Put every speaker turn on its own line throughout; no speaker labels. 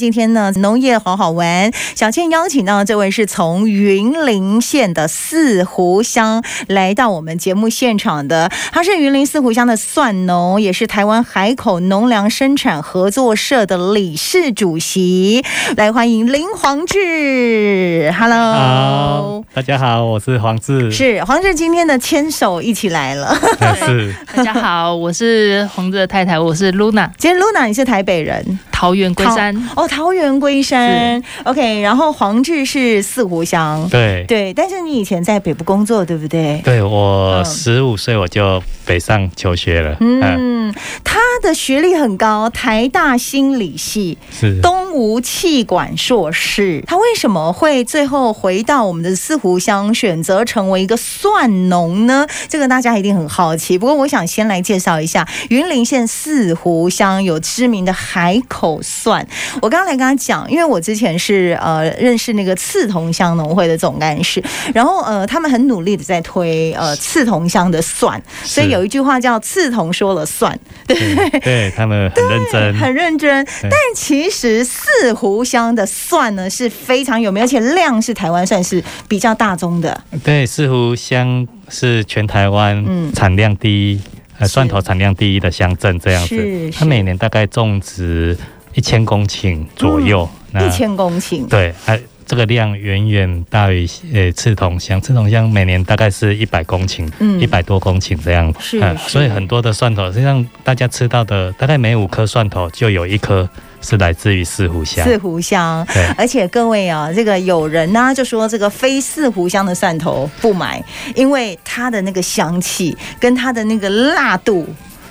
今天呢，农业好好玩。小倩邀请到这位是从云林县的四湖乡来到我们节目现场的，他是云林四湖乡的蒜农，也是台湾海口农粮生产合作社的理事主席。来欢迎林黄志
好
，Hello，，
大家好，我是黄志，
是黄志今天的牵手一起来了。
哎是
大家好，我是洪志的太太，我是 Luna，
今天 Luna 你是台北人
桃园龟山。
哦，桃园龟山，OK，然后黄志是四湖乡。
对
对，但是你以前在北部工作，对不对？
对，我
嗯
十五岁我就北上求学了，嗯，
嗯，他的学历很高，台大心理系，
是
东吴气管硕士。他为什么会最后回到我们的四湖乡，选择成为一个蒜农呢？这个大家一定很好奇。不过，我想先来介绍一下云林县四湖乡有知名的海口蒜。我刚才跟他讲，因为我之前是呃认识那个刺桐乡农会的总干事，然后呃他们很努力的在推呃刺桐乡的蒜，所以
是
有一句话叫“刺桐说了算”，
对对他们很认真，
很认真。但其实四湖乡的蒜呢是非常有名，而且量是台湾算是比较大宗的。
对，四湖乡是全台
嗯
湾产量第一，呃，
是
蒜头产量第一的乡镇这样
是
子，
是
它每年大概种植一千公顷左右，
嗯一千公顷，
对，还这个量远远大于呃赤桐乡，赤桐乡每年大概是一百公顷，
嗯
一百多公顷这样，
是
呃
是
所以很多的蒜头，实际上大家吃到的大概每五颗蒜头就有一颗是来自于四湖乡，
四湖乡。
对
而且各位啊，这个有人呢、就说这个非四湖乡的蒜头不买，因为它的那个香气跟它的那个辣度，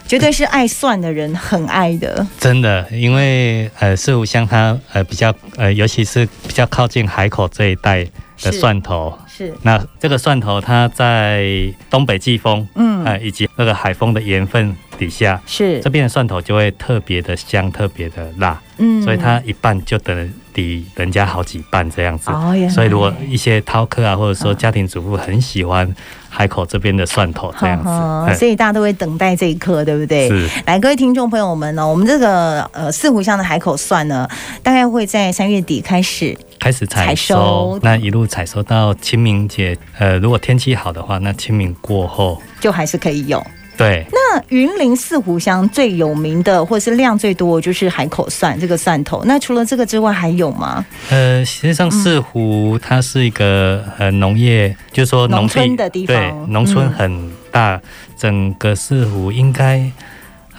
绝对是爱蒜的人很爱的。
真的，因为呃四湖乡它呃比较呃，尤其是比较靠近海口这一带的
是
蒜头。
是，
那这个蒜头，它在东北季风，
嗯，
呃，以及那个海风的盐分底下，
是
这，边的蒜头就会特别的香，特别的辣。
嗯
所以它一半就等抵人家好几半这样子。
哦，原来
所以如果一些饕客啊，或者说家庭主妇很喜欢海口这边的蒜头这样
哈
子
哈，所以大家都会等待这一刻，对不对？
哎是
来，各位听众朋友们呢，我们这个呃四湖乡的海口蒜呢，大概会在三月底开始。
开始采
采收
收，那一路采收到清明节，呃，如果天气好的话，那清明过后，
就还是可以有。
对，
那云林四湖乡最有名的，或是量最多，就是海口蒜这个蒜头。那除了这个之外，还有吗？
呃，实际上四湖它是一个呃农业，就是说农地
农村的地方
对，农村
嗯
很大，整个四湖应该，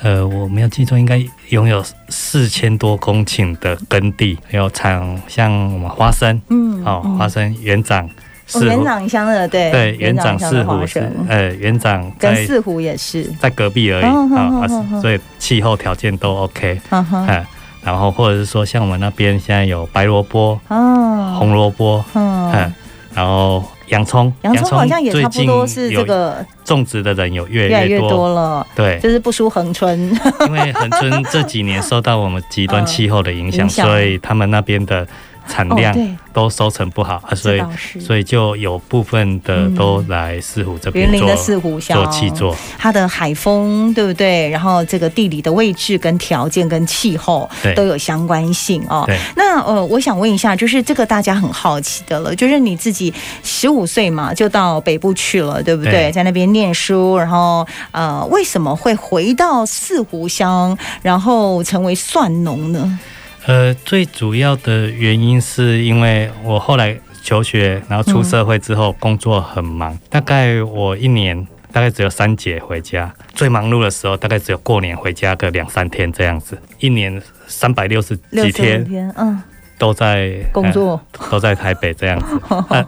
呃，我没有记错，应该拥有四千多公顷的耕地，还有产像我们花生，
嗯，
哦，
嗯
花生园长
哦
四
园
湖，
长乡的对，
对，园长
乡
四
的花
湖是
生，
呃，园长
跟
在
四湖也是，
在隔壁而已
哦哦
啊啊
哦哦
是，所以气候条件都 OK，
哈哈，
哎，然后或者是说像我们那边现在有白萝卜、
哦，
红萝卜。嗯
嗯，，
然后洋葱，
洋葱好像也差不多是这个
种植的人有越
越来
来
越
越
多
多，
了，
对，
就是不输恒春，
因为恒春这几年受到我们极端气候的影响，
嗯影响
所以他们那边的产量
哦对
都收成不好啊，所
这
以
倒是。
所以就有部分的
嗯
都来四湖这边
云林
做
的四湖乡
做气作，
它的海风，对不对？然后这个地理的位置、跟条件、跟气候
对
都有相关性哦。
对，
那呃，我想问一下，就是这个大家很好奇的了，就是你自己十五岁嘛，就到北部去了，对不对？
对
在那边念书，然后呃，为什么会回到四湖乡，然后成为蒜农呢？
呃，最主要的原因是因为我后来求学，然后出社会之后工作很忙，
嗯
大概我一年大概只有三节回家，最忙碌的时候大概只有过年回家个两三天这样子，一年三百六十几
65
天
天，嗯，
都在
工、作，
呃都在台北这 样子。啊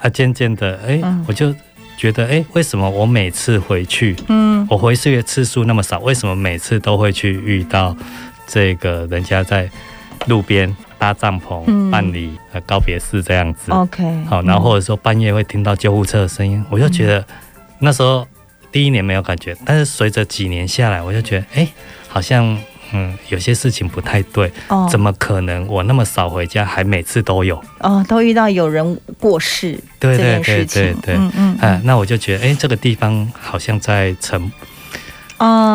啊，渐渐的，哎、
嗯
我就觉得，哎、为什么我每次回去，
嗯，
我回去的次数那么少，为什么每次都会去遇到这个人家在路边搭帐篷、
嗯
办理呃告别式这样子？
，OK，嗯
好，然后或者说半夜会听到救护车的声音，我就觉得那时候第一年没有感觉，但是随着几年下来，我就觉得哎、好像嗯有些事情不太对，
哦
怎么可能我那么少回家还每次都有？
哦，都遇到有人过世
对
这
对
件事
对
情，
对对，
嗯嗯
啊，那我就觉得，哎、这个地方好像在沉，
嗯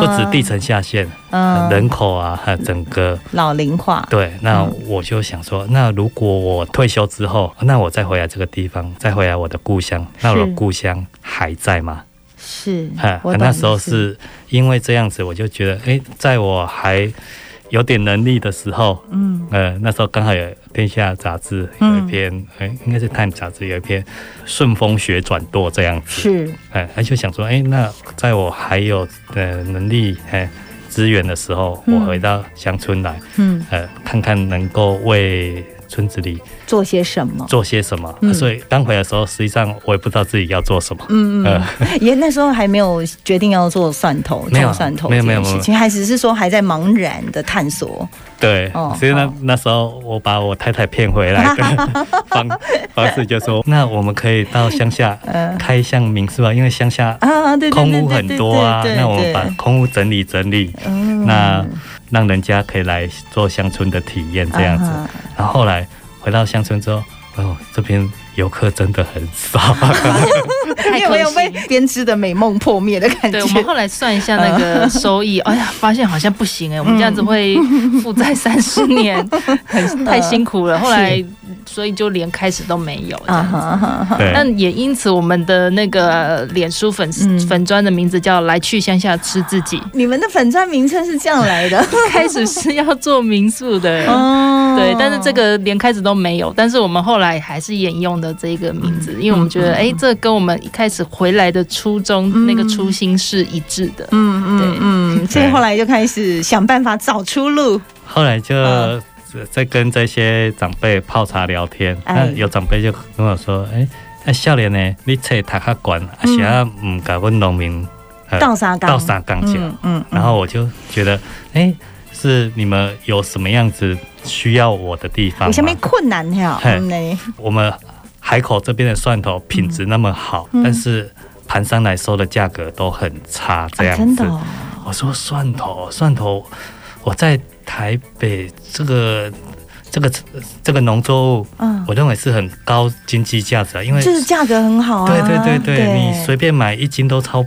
不止地层下陷，
嗯
人口啊，还有整个。
老龄化，
对，那
嗯
我就想说，那如果我退休之后，那我再回来这个地方，再回来我的故乡，那我的
是
故乡还在吗？
是
哈，
我懂
哎那时候
意思
是因为这样子，我就觉得，哎、在我还有点能力的时候，
嗯
呃，那时候刚好有《天下》杂志有
嗯
一篇，哎、应该是《看杂志有一篇“顺风学转舵”这样子，
是
哎、他就想说，哎、那在我还有呃能力，哎、资源的时候，我
嗯
回到乡村来，
嗯
呃，看看能够为村子里
做些什么。
做些什么。
嗯
所以刚回来的时候，实际上我也不知道自己要做什么。
嗯嗯
呃，
也那时候还没有决定要做蒜头，
没有
种蒜头
没
这
有没有
件事情，还只是说还在茫然的探索。
对，
哦
所以那
好
那时候我把我太太骗 回来的方方式就说，那我们可以到乡下
嗯
开箱民宿啊，因为乡下
啊，对对对
空屋
对
很
对
多啊，
对对
那我们把
对
空屋整理整理，
嗯
那让人家可以来做乡村的体验这样子。
啊哈
然后后来回到乡村之后，哦，这边游客真的很 少，
你
太
有
可
没有被
惜。
编织的美梦破灭的感觉
对，我？们后来算一下那个收益，哎呀，发现好像不行
嗯
哎，我们这样子会负债三十 年，很太辛苦了。后来，所以就连开始都没有。
啊哈哈哈，
对，
但也因此，我们的那个脸书粉丝
嗯
粉砖的名字叫“来去乡下吃自己
你们的粉钻名称是这样来 的，”，
开始是要做民宿的。
哦
对，但是这个连开始都没有，但是我们后来还是沿用的这个名字，因为我们觉得，哎、这跟我们一开始回来的初衷、
嗯
那个初心是一致的。
嗯嗯
对
嗯，所以后来就开始想办法找出路。
后来就
嗯
在跟这些长辈泡茶聊天，
哎
那有长辈就跟我说：“哎、啊，少年呢，你册读较悬，啊是啊，唔甲阮农民呃
倒沙岗，
倒三港讲。
嗯嗯，
然后我就觉得，哎、是你们有什么样子需要我的地方
有什么
吗？
困难呀？
嘿
嗯呢，
我们海口这边的蒜头品质那么好，
嗯
但是盘商来收的价格都很差，这
啊
样
真
子。
的哦，
我说蒜头，哦蒜头，我在台北这个这个这个农作物，
嗯，
我认为是很高经济价值啊，因为
就是价格很好啊，
对对对对，你随便买一斤都超，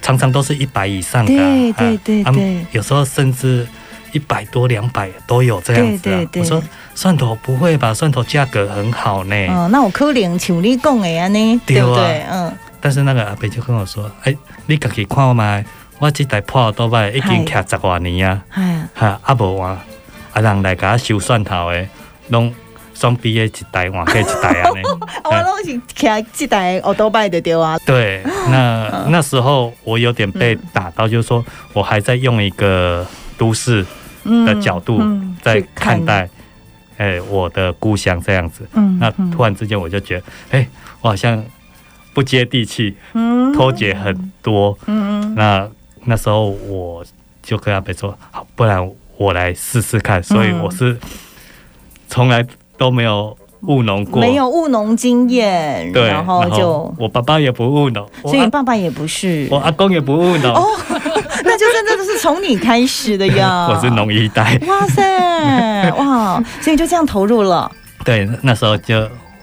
常常都是一百以上的啊、
对对对
啊
对
啊有时候甚至。一百多、两百都有这样子啊！
对对对
我说蒜头不会吧？蒜头价格很好呢。
嗯，那我可怜像你讲的安尼，
对
对
啊
不对？嗯，
但是那个阿伯就跟我说：“哎、你自己看嘛，我这台破刀卖已经
嗨
徛十多年啊。”
哎呀，
哈，啊无换，啊人来甲我收蒜头的，拢双臂的一台换过一台 安尼。
啊我拢是徛这台奥多拜的对啊，
对，
嗯
那那时候我有点被打到，就是说我还在用一个都市
嗯
的角度
嗯
在
去
看待，哎、我的故乡这样子。
嗯
那突然之间我就觉得，哎、我好像不接地气，
嗯
脱节很多。
嗯
那那时候我就跟阿北说，好，不然我来试试看。所以
嗯
我是从来都没有务农过，
没有务农经验，
对，
然后就，
我爸爸也不务农，我
所以你
阿
爸哦爸也不是
我，阿啊公也不务农，
那就真的是从你开始的呀。
我是农一 代。
哇 塞，哇！所以就这样投入了，
对，那时候就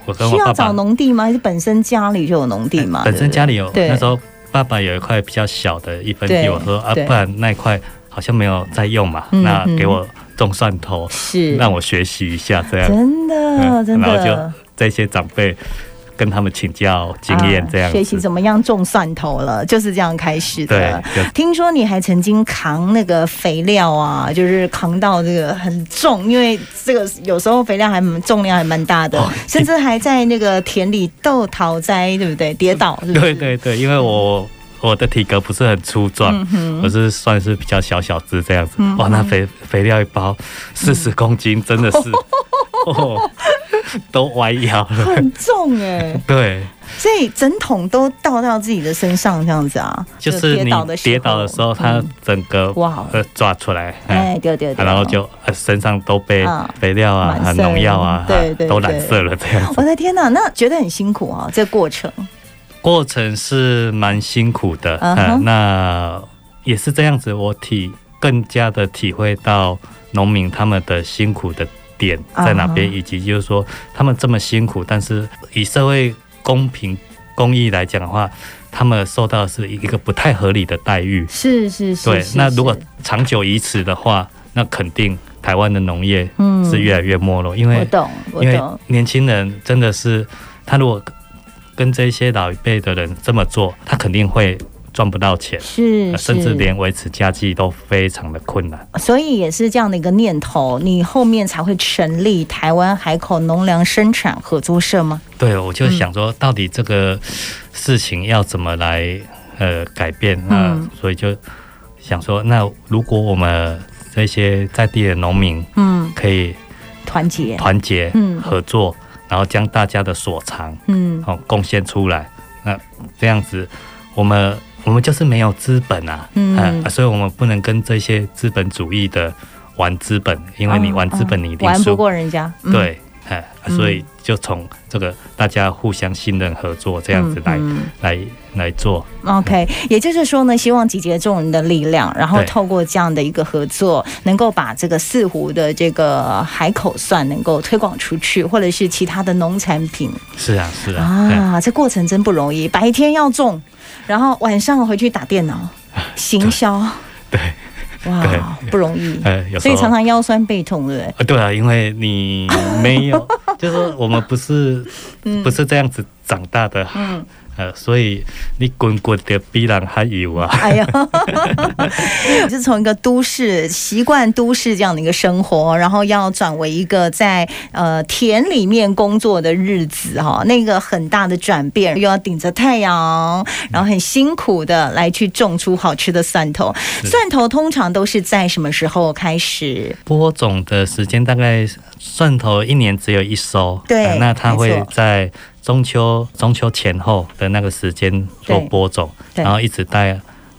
我跟
需
我
要
爸
找
爸
农地吗？还是本身家里就有农地嘛？
本身家里有，
对
那时候爸爸有一块比较小的一分
对
地，我说啊，
对
不然那一块好像没有在用嘛，
嗯
那
嗯
给我种蒜头，
是
让我学习一下这样。
真的
嗯
真
然后
的
就这些长辈跟他们请教经验，这样、
啊
子。
学习怎么样种蒜头了，就是这样开始的
对。，就
听说你还曾经扛那个肥料啊，就是扛到这个很重，因为这个有时候肥料还蛮重量还蛮大的，
哦
甚至还在那个田里豆桃栽，对不对？跌倒是不是？
对对对，因为我我的体格不是很粗壮，
嗯哼，
我是算是比较小小只这样子。
嗯
哇，那肥肥料一包四十公斤，真的是、 哦，都歪腰了。
很重哎、
对，
所以整桶都倒到自己的身上这样子啊，
就是你跌倒的时候，它
嗯
整个
哇
呃抓出来，嗯
哎，对对对，
然后就呃身上都被
嗯
肥料啊、
染色
农药啊
对对
都染
对
色了这样子。
我的天呐，哦那觉得很辛苦啊，这个过程，
过程是蛮辛苦的，
嗯
嗯、
哼
那也是这样子，我体更加的体会到农民他们的辛苦的点啊在哪边
嗯
以及就是说他们这么辛苦，但是以社会公平公益来讲的话，他们受到的是一个不太合理的待遇。
是是是，
对
是，
那如果
是
长久以此的话，那肯定台湾的农业
嗯
是越来越没落，因
我
为
懂我
因为
懂，
年轻人真的是，他如果跟这些老一辈的人这么做，他肯定会赚不到钱，
是
呃甚至
是
连维持家计都非常的困难。
所以也是这样的一个念头，你后面才会成立台湾海口农粮生产合作社吗？
对，我就想说，到底这个事情要怎么来呃改变？那
嗯
所以就想说，那如果我们这些在地的农民
嗯，
可以
团结，
团结
嗯
合作，然后将大家的所长
嗯，
哦贡献出来，那这样子，我们我们就是没有资本啊，
嗯
啊所以我们不能跟这些资本主义的玩资本，因为你玩资本你一定
嗯玩
输，
不过人家，嗯，
对，哎、所以就从这个大家互相信任合作这样子来、
嗯嗯
来来做，
OK，也就是说呢，希望集结众人的力量，然后
对
透过这样的一个合作，能够把这个四湖的这个海口蒜能够推广出去，或者是其他的农产品
是啊，是啊，
啊。这过程真不容易，白天要种，然后晚上回去打电 脑行销，
对，
哇，
对
不容易。
对 呃，有时
所以
候
常常腰酸背痛，对不对？
啊，对啊，因为你没 有，就是说我们不是不是这样子长大的，
嗯
呃，所以你滚滚的比人还油啊，
哎呀，我是从一个都市习惯都市这样的一个生活，然后要转为一个在呃田里面工作的日子哈、那个很大的转变，又要顶着太阳，然后很辛苦的来去种出好吃的蒜头。蒜头通常都是在什么时候开始？
播种的时间大概蒜头一年只有一收，
对
呃那它
没
会
错
在中秋中秋前后的那个时间做
对
播种，
对
然后一直到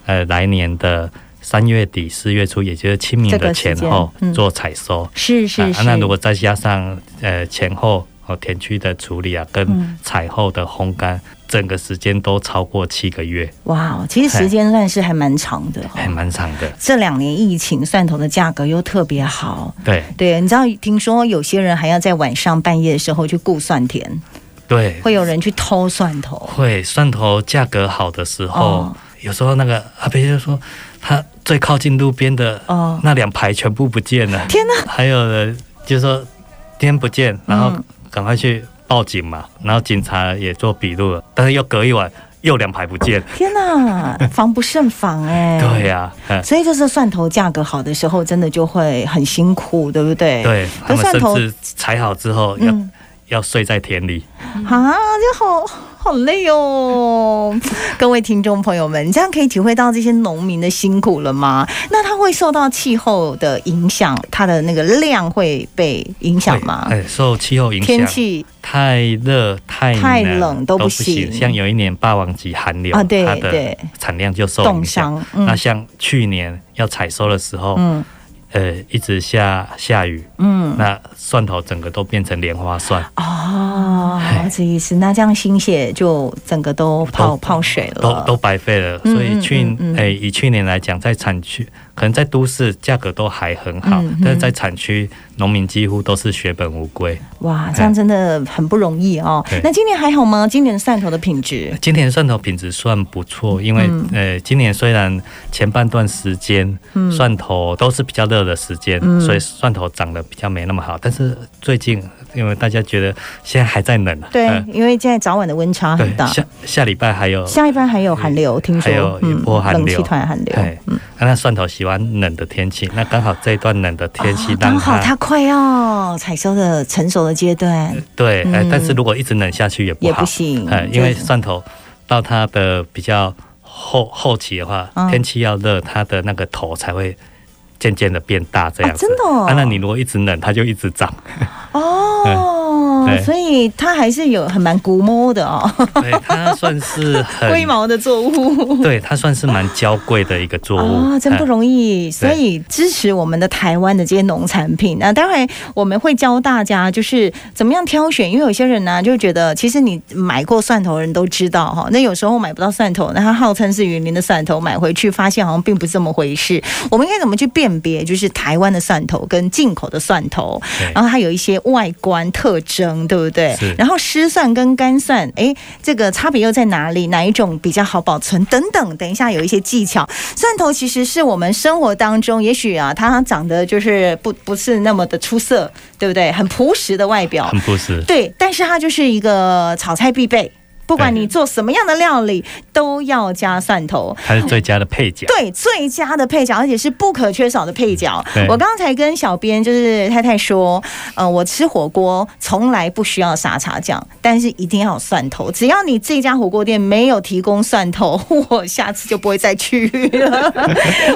呃来年的三月底四月初，也就是清明
这个
的
时间
前后、
嗯
做采收。
是
啊
是是，
啊那如果再加上呃前后哦田区的处理啊，
嗯
跟采后的烘干，整个时间都超过七个月，
哇，其实时间算是还蛮长的哈
还蛮长的。
这两年疫情，蒜头的价格又特别好，
对
对，你知道，听说有些人还要在晚上半夜的时候去雇蒜田，
对，
会有人去偷蒜 头。
会蒜头价格好的时候，
哦
有时候那个阿伯就说他最靠近路边的
哦
那两排全部不见了，
天哪！
还有人就说今天不见，然后
嗯
赶快去报警嘛，然后警察也做笔录了，但是又隔一晚又两排不见了，
天哪，防不胜防哎、
对、呀、嗯
所以就是蒜头价格好的时候，真的就会很辛苦，对不对？。
对，他们
哎蒜
甚
头
至采好之后要、
嗯，
要睡在田里，
啊，这好好累哦， 各位听众朋友们，你这样可以体会到这些农民的辛苦了吗？那它会受到气候的影响，它的那个量会被影响吗？
哎，受气候影响，
天气
太热、太
太
冷
冷都
都
不行
像有一年霸王级寒流，
啊对
它的
对
产量就受
冻
影响。
伤，嗯
那像去年要采收的时候，
嗯
呃，一直下下雨，
嗯。
那蒜头整个都变成莲花蒜，
哦
哎，
这意思。那这样心血就整个都泡
都
泡水
都
了，
都白费了。
嗯
所以去
嗯嗯嗯
诶、以去年来讲，在产区可能在都市价格都还很好，
嗯嗯
但是在产区农民几乎都是血本无归。
哇，这样真的很不容易哦
对。哎
那今年还好吗？今年蒜头的品质，
今年蒜头品质算不错，因为、
嗯
呃，今年虽然前半段时间、蒜头都是比较热的时间，
嗯
所以蒜头长得比较没那么好，但是最近因为大家觉得现在还在冷啊，
对
呃，
因为现在早晚的温差很
对，
大。
下下礼拜还有，
下一班还有寒流，听
还
说嗯
有一波寒流
冷气团寒流，
哎、那蒜头喜欢冷的天气，那刚好这一段冷的天气
哦
让
刚好
它、
它快要采收的成熟的阶段
对，哎、
嗯
但是如果一直冷下去也不
也
好，
不行
哎，因为
就是
蒜头到它的比较后后期的话，
嗯
天气要热，它的那个头才会渐渐的变大这样子。
啊真的哦
啊，那你如果一直冷，它就一直 长。
哦
哎，对
所以它还是有很蛮古摸的哦，
对，它算是
龟
很，
毛的作物。
对，它算是蛮娇贵的一个作物。哎
啊、真不容易。所以支持我们的台湾的这些农产品。那待会我们会教大家，就是怎么样挑选，因为有些人呢、就觉得，其实你买过蒜头的人都知道哈。那有时候买不到蒜头，那他号称是云林的蒜头，买回去发现好像并不是这么回事。我们应该怎么去辨别，就是台湾的蒜头跟进口的蒜头
对，
然后它有一些外观特征，样，对不对
是？
然后湿蒜跟干蒜，哎，这个差别又在哪里？哪一种比较好保存？等等，等一下有一些技巧。蒜头其实是我们生活当中，也许啊，它长得就是不不是那么的出色，对不对？很朴实的外表，
很不是，
对，但是它就是一个炒菜必备，不管你做什么样的料理，都要加蒜头。
它是最佳的配角。
对，最佳的配角，而且是不可缺少的配角
对。
我刚才跟小编就是太太说，呃，我吃火锅从来不需要沙茶酱，但是一定要有蒜头。只要你这家火锅店没有提供蒜头， 我下次就不会再去 了。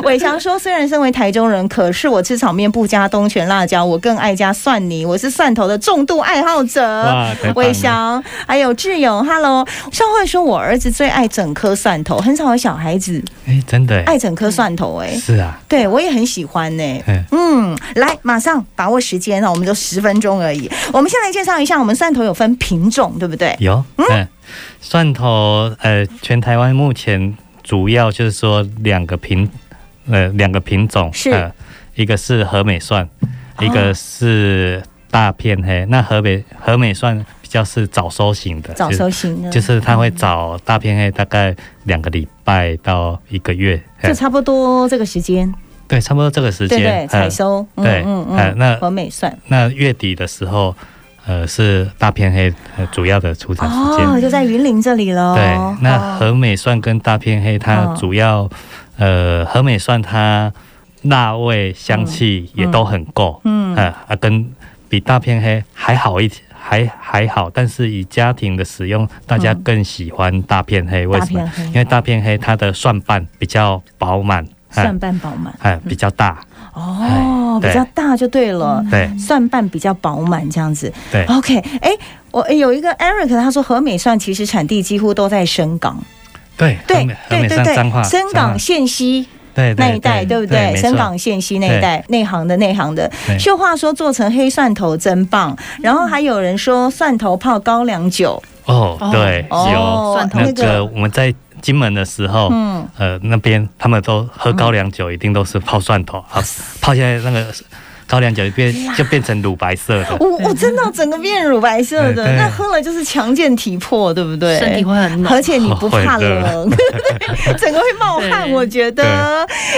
伟强说，虽然身为台中人，可是我吃炒面不加东泉辣椒，我更爱加蒜泥，我是蒜头的重度爱好者。
哇，太棒
伟
了！
翔，还有志勇，Hello，上慧说，我儿子最爱整颗蒜头，很少有小孩子
哎，真的哎，
爱整颗蒜头哎、
是啊，
对我也很喜欢呢、
嗯
嗯，来，马上把握时间哦，我们就十分钟而已。我们先来介绍一下，我们蒜头有分品种，对不对？
有，嗯，蒜头，呃，全台湾目前主要就是说两个品，呃，两个品种，
是
呃，一个是和美蒜，
哦
一个是大片黑。那和美和美蒜比较是早收型的，
早
就
熟型呢，
是就是它会早大片黑大概两个礼拜到一个月，
就
呃
差不多这个时间，
对，差不多这个时
对不对
间，，
采
呃
收，嗯
对哎那
和美蒜
那月底的时候，呃，是大片黑、呃、主要的出产时间。
哦，就在云林这里喽。
对，那
哦
和美蒜跟大片黑，它
嗯
主要，呃，和美蒜它辣味、香气也都很够，嗯啊、啊，跟比大片黑还好一还还好，但是以家庭的使用，大家更喜欢大片黑，为
嗯大
什么
片？黑
因为大片黑它的蒜瓣比较饱满，哎
蒜嗯瓣饱满
哎，比较大，
哦，
对嗯
比较大就对了。
对
蒜瓣比较饱满，这样子。
对
OK，哎、我诶有一个 Eric，他说和美蒜其实产地几乎都在深港，
对和
对
美和
对
美
对
蒜
对
彰化，
深
彰化
港县西
对
那一带，对不对？
没
深
错
港县西那一带，内行的内行的。
对
秀话说做成黑蒜头真棒，
嗯
然后还有人说蒜头泡高粱酒，
哦
哦，
对，有
蒜头
那
那
啊个
个。
我们在金门的时候，
嗯，
呃，那边他们都喝高粱酒，一定都是泡蒜头，啊，泡下来那个高粱酒就变就变成乳白色的，
我我哦真的整个变乳白色的，
对对
那喝了就是强健体魄，对不对？
身体会很
而
暖。
且你不怕冷， 整个会冒汗，
对
我觉得。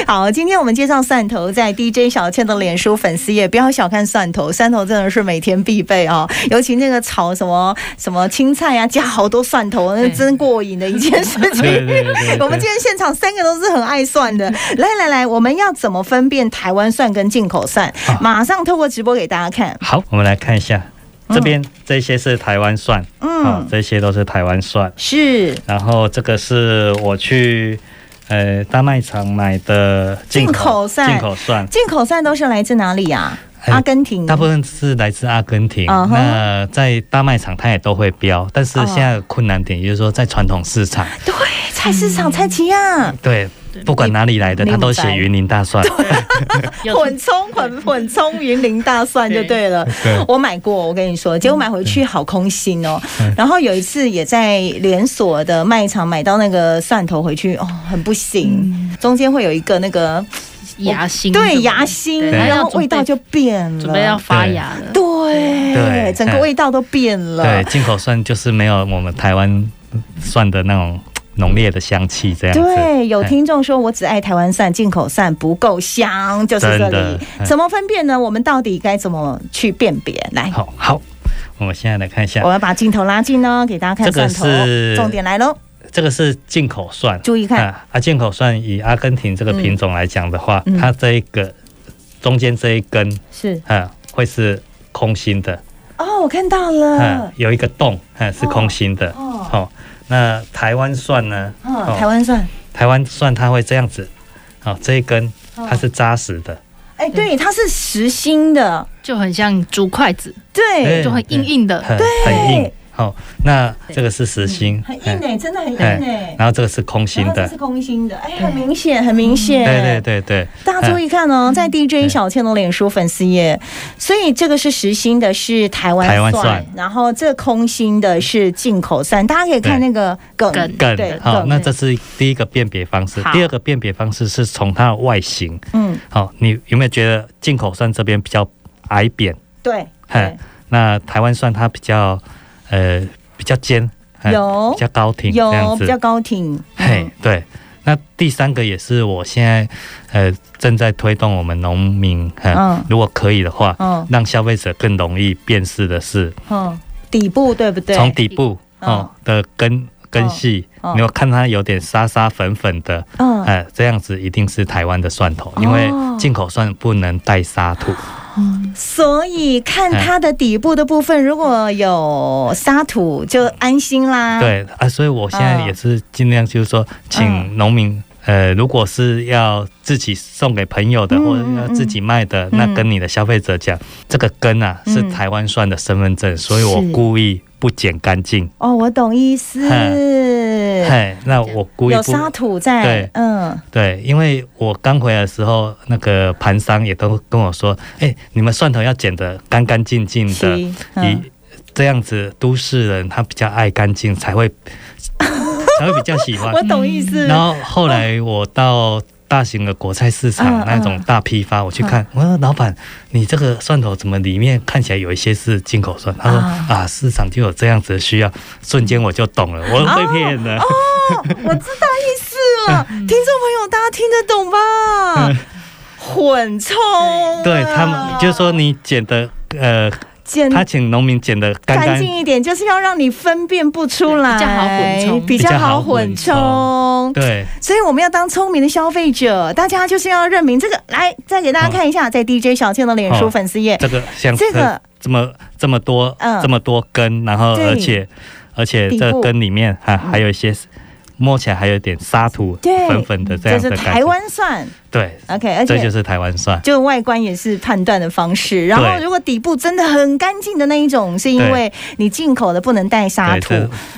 好，今天我们介绍蒜头，在 DJ 小倩的脸书粉丝页，不要小看蒜头，蒜头真的是每天必备 哦，尤其那个炒什么什么青菜啊，加好多蒜头，那
对
真过瘾的一件事
对
情。
对对对，对
我们今天现场三个都是很爱蒜的，来来来，我们要怎么分辨台湾蒜跟进口蒜？
啊
马上透过直播给大家看。
好，我们来看一下这边这些是台湾蒜，啊，
嗯，
这些都是台湾蒜，
是
然后这个是我去呃大卖场买的进
进口蒜
进口蒜，
进口蒜都是来自哪里呀、
哎
阿根廷。
大部分是来自阿根廷。
嗯嗯哼
那在大卖场它也都会标，但是现在的困难点也就是说，在传统市场，
对，菜市场菜啊奇亚。
嗯
对，不管哪里来的，
你
它都
明白
写云林大蒜。
要
混葱混混葱云林大 蒜就对了。
对
我买过，我跟你
嗯
说，结果买回去好空心哦
嗯。
然后有一次也在连锁的卖场买到那个蒜头回去，哦，很不行，中间会有一个那个
牙嗯心什么的，
对牙心，
对
它
然
要
后味道就变
准备要
了，
发芽了。
对，
对
整个味道都变
对
了，。
进口蒜就是没有我们台湾蒜的那种浓烈的香气，这样子。
对，有
哎
听众说，我只爱台湾蒜，进口蒜不够香，就是这
真的
里。
嗯
怎么分辨呢？我们到底该怎么去辨别？来，
好好，我们现在来看一下
我，要把镜头拉近哦，给大家看
这
蒜
个
头。
是
重点来喽，
这个是进口蒜。
注意看，
啊啊，进口蒜以阿根廷这个品种来讲的话，
嗯嗯
它这一个中间这一根
是
啊，会是空心的。
哦，我看到了
嗯，，有一个洞，嗯，是空心的。
哦
好、那台湾蒜呢？
嗯，
哦
台湾蒜，
台湾蒜它会这样子，好、这一根
哦
它是扎实的，
哎，对，它是实心的，
就很像竹筷子，
对，
对
就很硬硬的。
很很硬。好、那这个是实心，
很硬
嗯
哎，真的很硬
哎
哎。
然后这个是空心
然后这
的
是。空心的，哎，很明显，很明显。
对对对对，
大家注
嗯、
意看哦，在 DJ 小倩的脸书粉丝页，所以这个是实心的，是台湾
台湾
蒜
蒜，
然后这空心的是进口蒜，大家可以看那个梗，
梗
对
梗好、
梗
那这是第一个辨别方式
好。
第二个辨别方式是从它的外形。
嗯，
好、你有没有觉得进口蒜这边比较矮扁？
对，
哎
对，
那台湾算它比较呃比较尖，呃
有
比较高挺这样
有
子
比，较高挺，
嘿，对。那第三个也是我现在呃正在推动我们农民，呃
嗯
如果可以的话，
嗯
让消费者更容易辨识的是
嗯嗯，底部对不对？
从底部
嗯
哦的根根系，
嗯
你有看它有点沙沙粉粉的，
嗯
呃，这样子一定是台湾的蒜头，因为
哦
进口蒜不能带沙土。
所以看
哎
它的底部的部分，如果有沙土就安心啦。，
对啊，所以我现在也是尽量就是说，请
嗯
农民。呃，如果是要自己送给朋友的，
嗯
或者要自己卖的，那跟你的消费者讲，这个根啊
嗯
是台湾蒜的身份证，所以我
是
故意不剪干净。
哦，我懂意思。
嘿，那我故意
有
不
沙土在
对，
嗯，
对，因为我刚回来的时候，那个盘商也都跟我说，哎、你们蒜头要剪得干干净净的，
七，嗯
以这样子都市人他比较爱干净，才会才会比较喜 欢
我。懂意思。
嗯然后后来我到大型的国菜市
嗯
场那种
嗯
大批发，我去看，我说老板，你这个蒜头怎么里面看起来有一些是进口蒜？他说
啊
啊，市场就有这样子的需要，瞬间我就懂了，
嗯
我被骗
哦
了。
我知道意思了，
嗯
听众朋友，大家听得懂吧？混充啊，
对他们就是说你剪的呃，
简
他请农民剪的干
干
干
净一点，就是要让你分辨不出来，
对比
比较
较好混充
好混
比较好
充。
对，
所以我们要当聪明的消费者，大家就是要认明这个。来，再给大家
哦
看一下，在 DJ 小倩的脸书
哦
粉丝页，
这个像
这个
这么这么多、
嗯
这么多根，然后
对
而且而且
底
这
部嗯
根里面还、还有一些摸起来还有点沙土
对
粉粉的这
这
样的
是
感觉。
台湾蒜
对，
，OK，而
这就
且。
是台湾蒜。
就外观也是判断的方式，然后
对
如果底部真的很干净的那一种，是因
对
为你进口的不能带沙
对，
土，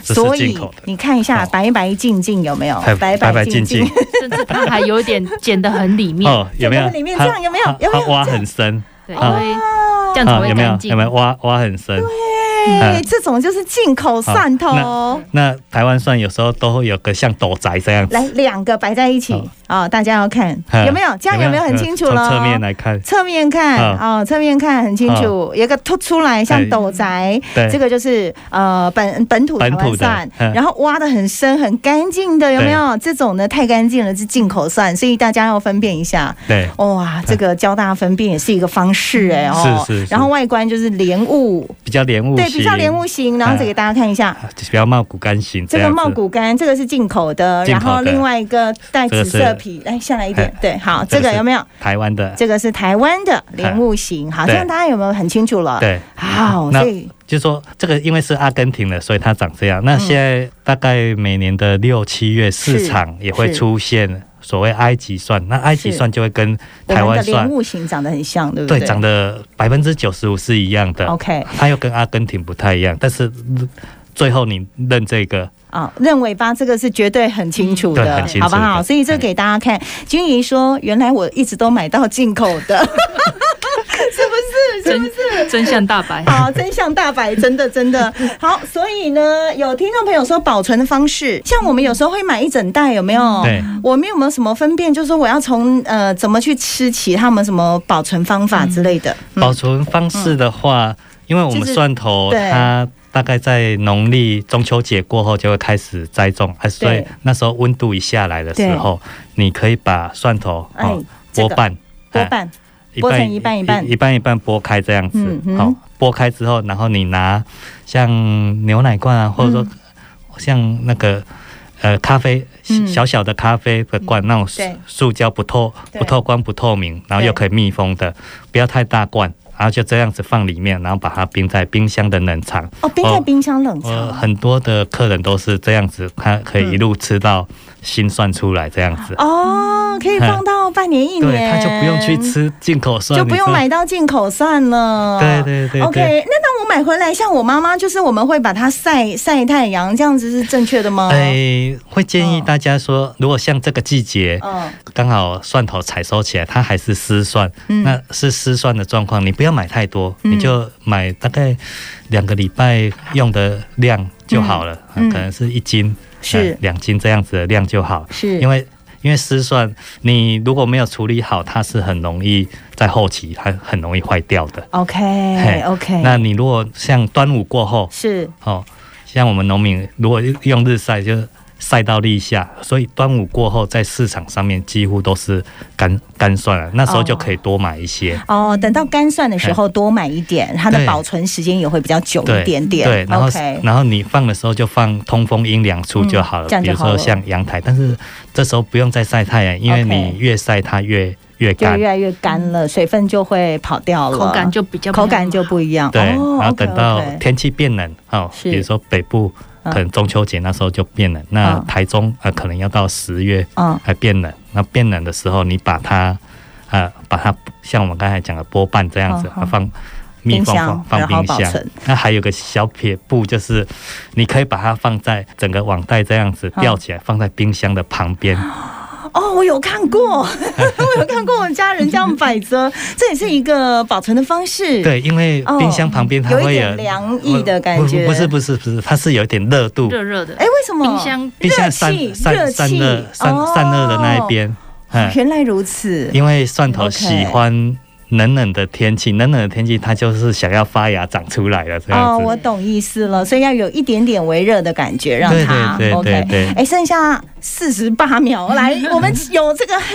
这这
所
是进
以
口的。
你看一下
哦
白白净净有没有
还？白
净
净净，
甚至它还有一点剪得很里面，
哦，有没有？
这个里面
它
这样有没有
它
有没有
它挖
这样
很深
对，因
啊
为
啊
这样才
啊？
会
有没有
干？净
有没。有挖挖很深？
哎
嗯，
这种就是进口蒜头。
那台湾蒜有时候都会有个像斗宅这样子，
来，两个摆在一起啊、大家要看
嗯
有没有？这样有没有很清楚了？
从侧面来看，
侧面看
啊
哦，侧面看很清楚，有一个凸出来像
哎
斗宅，
对，
这个就是呃本本土台
哎本
湾
土的
蒜，
嗯
然后挖的很深很干净的，有没有？这种呢太干净了是进口蒜，所以大家要分辨一下。
对，
哇，这个教大家分辨也是一个方式哎、哦，
嗯是是是
然后外观就是莲雾，
比较莲雾
对，
形，
比较莲雾型，然后再给大家看一下。
啊，就是比较冒骨干型
这
样
个
子
茂谷柑，这个是进口的，
进
然
口的
后另外一个带紫
这
色
个是
皮，来下来一点
哎，
对，好，
这
这
个
个
是
有没有？
台湾的，
这个是台湾的莲雾型，好，这
对
样大家有没有很清楚了？，
对，
好，
那
所以
就是说这个因为是阿根廷的，所以它长这样。那现在大概每年的六七月市场也会
是
出现所谓埃及蒜，那埃及
是
蒜就会跟
我
台
们的
湾
莲
蒜
雾型长得很像，对不对？哦
对长得百分之九十五是一样的
OK
它又跟阿根廷不太一样，但是最后你认这个
啊，认尾巴这个是绝对很清楚
对
的
很，清楚
好不好？
的
所以这给大家看。君怡说，原来我一直都买到进口 的。
真真相大白。
好，真相大白，真的真的好。所以呢，有听众朋友说保存的方式，像我们有时候会买一整袋，有没有？
对，
我们有没有什么分辨？就是说我要从呃怎么去吃起，他们什么保存方法之类的。嗯
保存方式的话，因为我们
就是
蒜头
对
它大概在农历中秋节过后就会开始栽种，啊，所以
对
那时候温度一下来的时候，你可以把蒜头
哎
哦
这
剥
个
半，
多
哎
半剥成一半一半
一半一半剥开这样子
嗯，哼
好，剥开之后，然后你拿像牛奶罐啊，或者说像那个。呃，咖啡
嗯
小小的咖啡的罐，那种塑
对
塑胶不透
对嗯
不透光不透明，然后
对
又可以密封的，不要太大罐，然后就这样子放里面，然后把它冰在冰箱的冷藏。
哦，冰在冰箱冷藏。
呃，很多的客人都是这样子，他可以一路吃到心算出来这样子，
哦，可以放到半年一
哎对，
年，
他就不用去，吃进口蒜，
就不
你
用
知道
买到进口蒜了。
对对对
OK，
对
那那我买回来，像我妈妈，就是我们会把它晒晒太阳，这样子是正确的吗？
哎，会建议
嗯
大家说，如果像这个季节，
嗯，
刚好蒜头采收起来，它还是湿蒜，
嗯
那是湿蒜的状况，你不要买太多，
嗯
你就买大概两个礼拜用的量就好了，
嗯
可能是一斤、
是
呃两斤这样子的量就好，
是
哎因为因为湿蒜你如果没有处理好，它是很容易在后期它很容易坏掉的。
OK
嘿
哎 OK，
哎那你如果像端午过后，
是
哦，像我们农民如果用日晒，就是晒到立夏，所以端午过后在市场上面几乎都是干干蒜了，那时候就可以多买一些。
哦，等到干蒜的时候多买一点，它的保存时间也会比较久一点点。
哎对，然后
OK，
然后你放的时候就放通风阴凉处就好了，
嗯这样
比
就
如
好了
说像阳台，但是这时候不用再晒太阳，因为
OK
你越晒它越越
就
干
越。来越干了，水分就会跑掉了，
口感就比较
口感就不一样。
对，
哦
然后
OK，OK
等到天气变冷，哦，
是
比如说北部
嗯
可能中秋节那时候就变冷，那
嗯
台中啊、呃可能要到十月
嗯
还变冷。那变冷的时候，你把它呃把它像我们刚才讲的波瓣这样子，
嗯嗯
啊放密
冰
封
箱
放放
然后
冰
保
箱
存。
那还有个小撇步，就是你可以把它放在整个网袋这样子
嗯
吊起来，放在冰箱的旁边。
哦，我有看过， 我有看过我家人这样摆着，这也是一个保存的方式。，
对，因为
哦
冰箱旁边它
有一
会
点
有呃
凉意的感觉
不不不是不是不是，它是有一点热度。
热热的。
哎，为什么
冰？箱
冰箱
热
散
气热
散
气
散热散
哦
散热的那一边，嗯，
原来如此。
因为蒜头
OK
喜欢冷冷的天气，冷冷的天气它就是想要发芽长出来了这
哦，
样子。
我懂意思了，所以要有一点点微热的感觉，让它
对对对
OK
对。
哎，剩下四十八秒， 来，我们有这个黑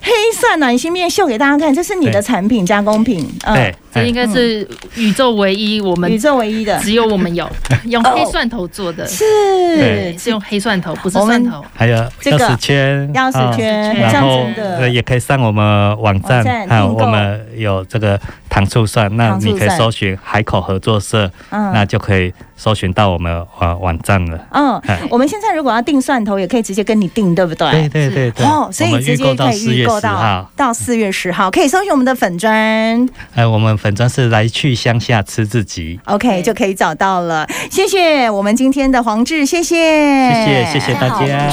黑蒜暖心面秀给大家看，这是你的
对
产品加工品，嗯
对，，
这应该是宇宙唯一，我们
宇宙唯一的，
只有我们 有用黑蒜头做的，
是
对
是用黑蒜头，不是
我们
蒜头。
哎还有
这个
钥匙圈，
钥匙圈
哦
这样
然后
真的
呃也可以上我们网站
网站
啊，
订购
我们有这个糖醋蒜，那
糖醋
你可以
蒜
搜寻海口合作社，那
嗯
就可以搜寻到我们呃网站了。
嗯
哎，
我们现在如果要订蒜头，也可以直接跟你订，对不
对对对对，
哎哦，所
我
以
们
直
预
接
购到
可
四
以预
月
购
十
到
号，
到四月十号，可以搜寻我们的粉砖
哎，我们粉砖是来去乡下吃自己。
，OK
对
就可以找到了。谢谢我们今天的黄志，谢谢，
谢谢，谢谢大家。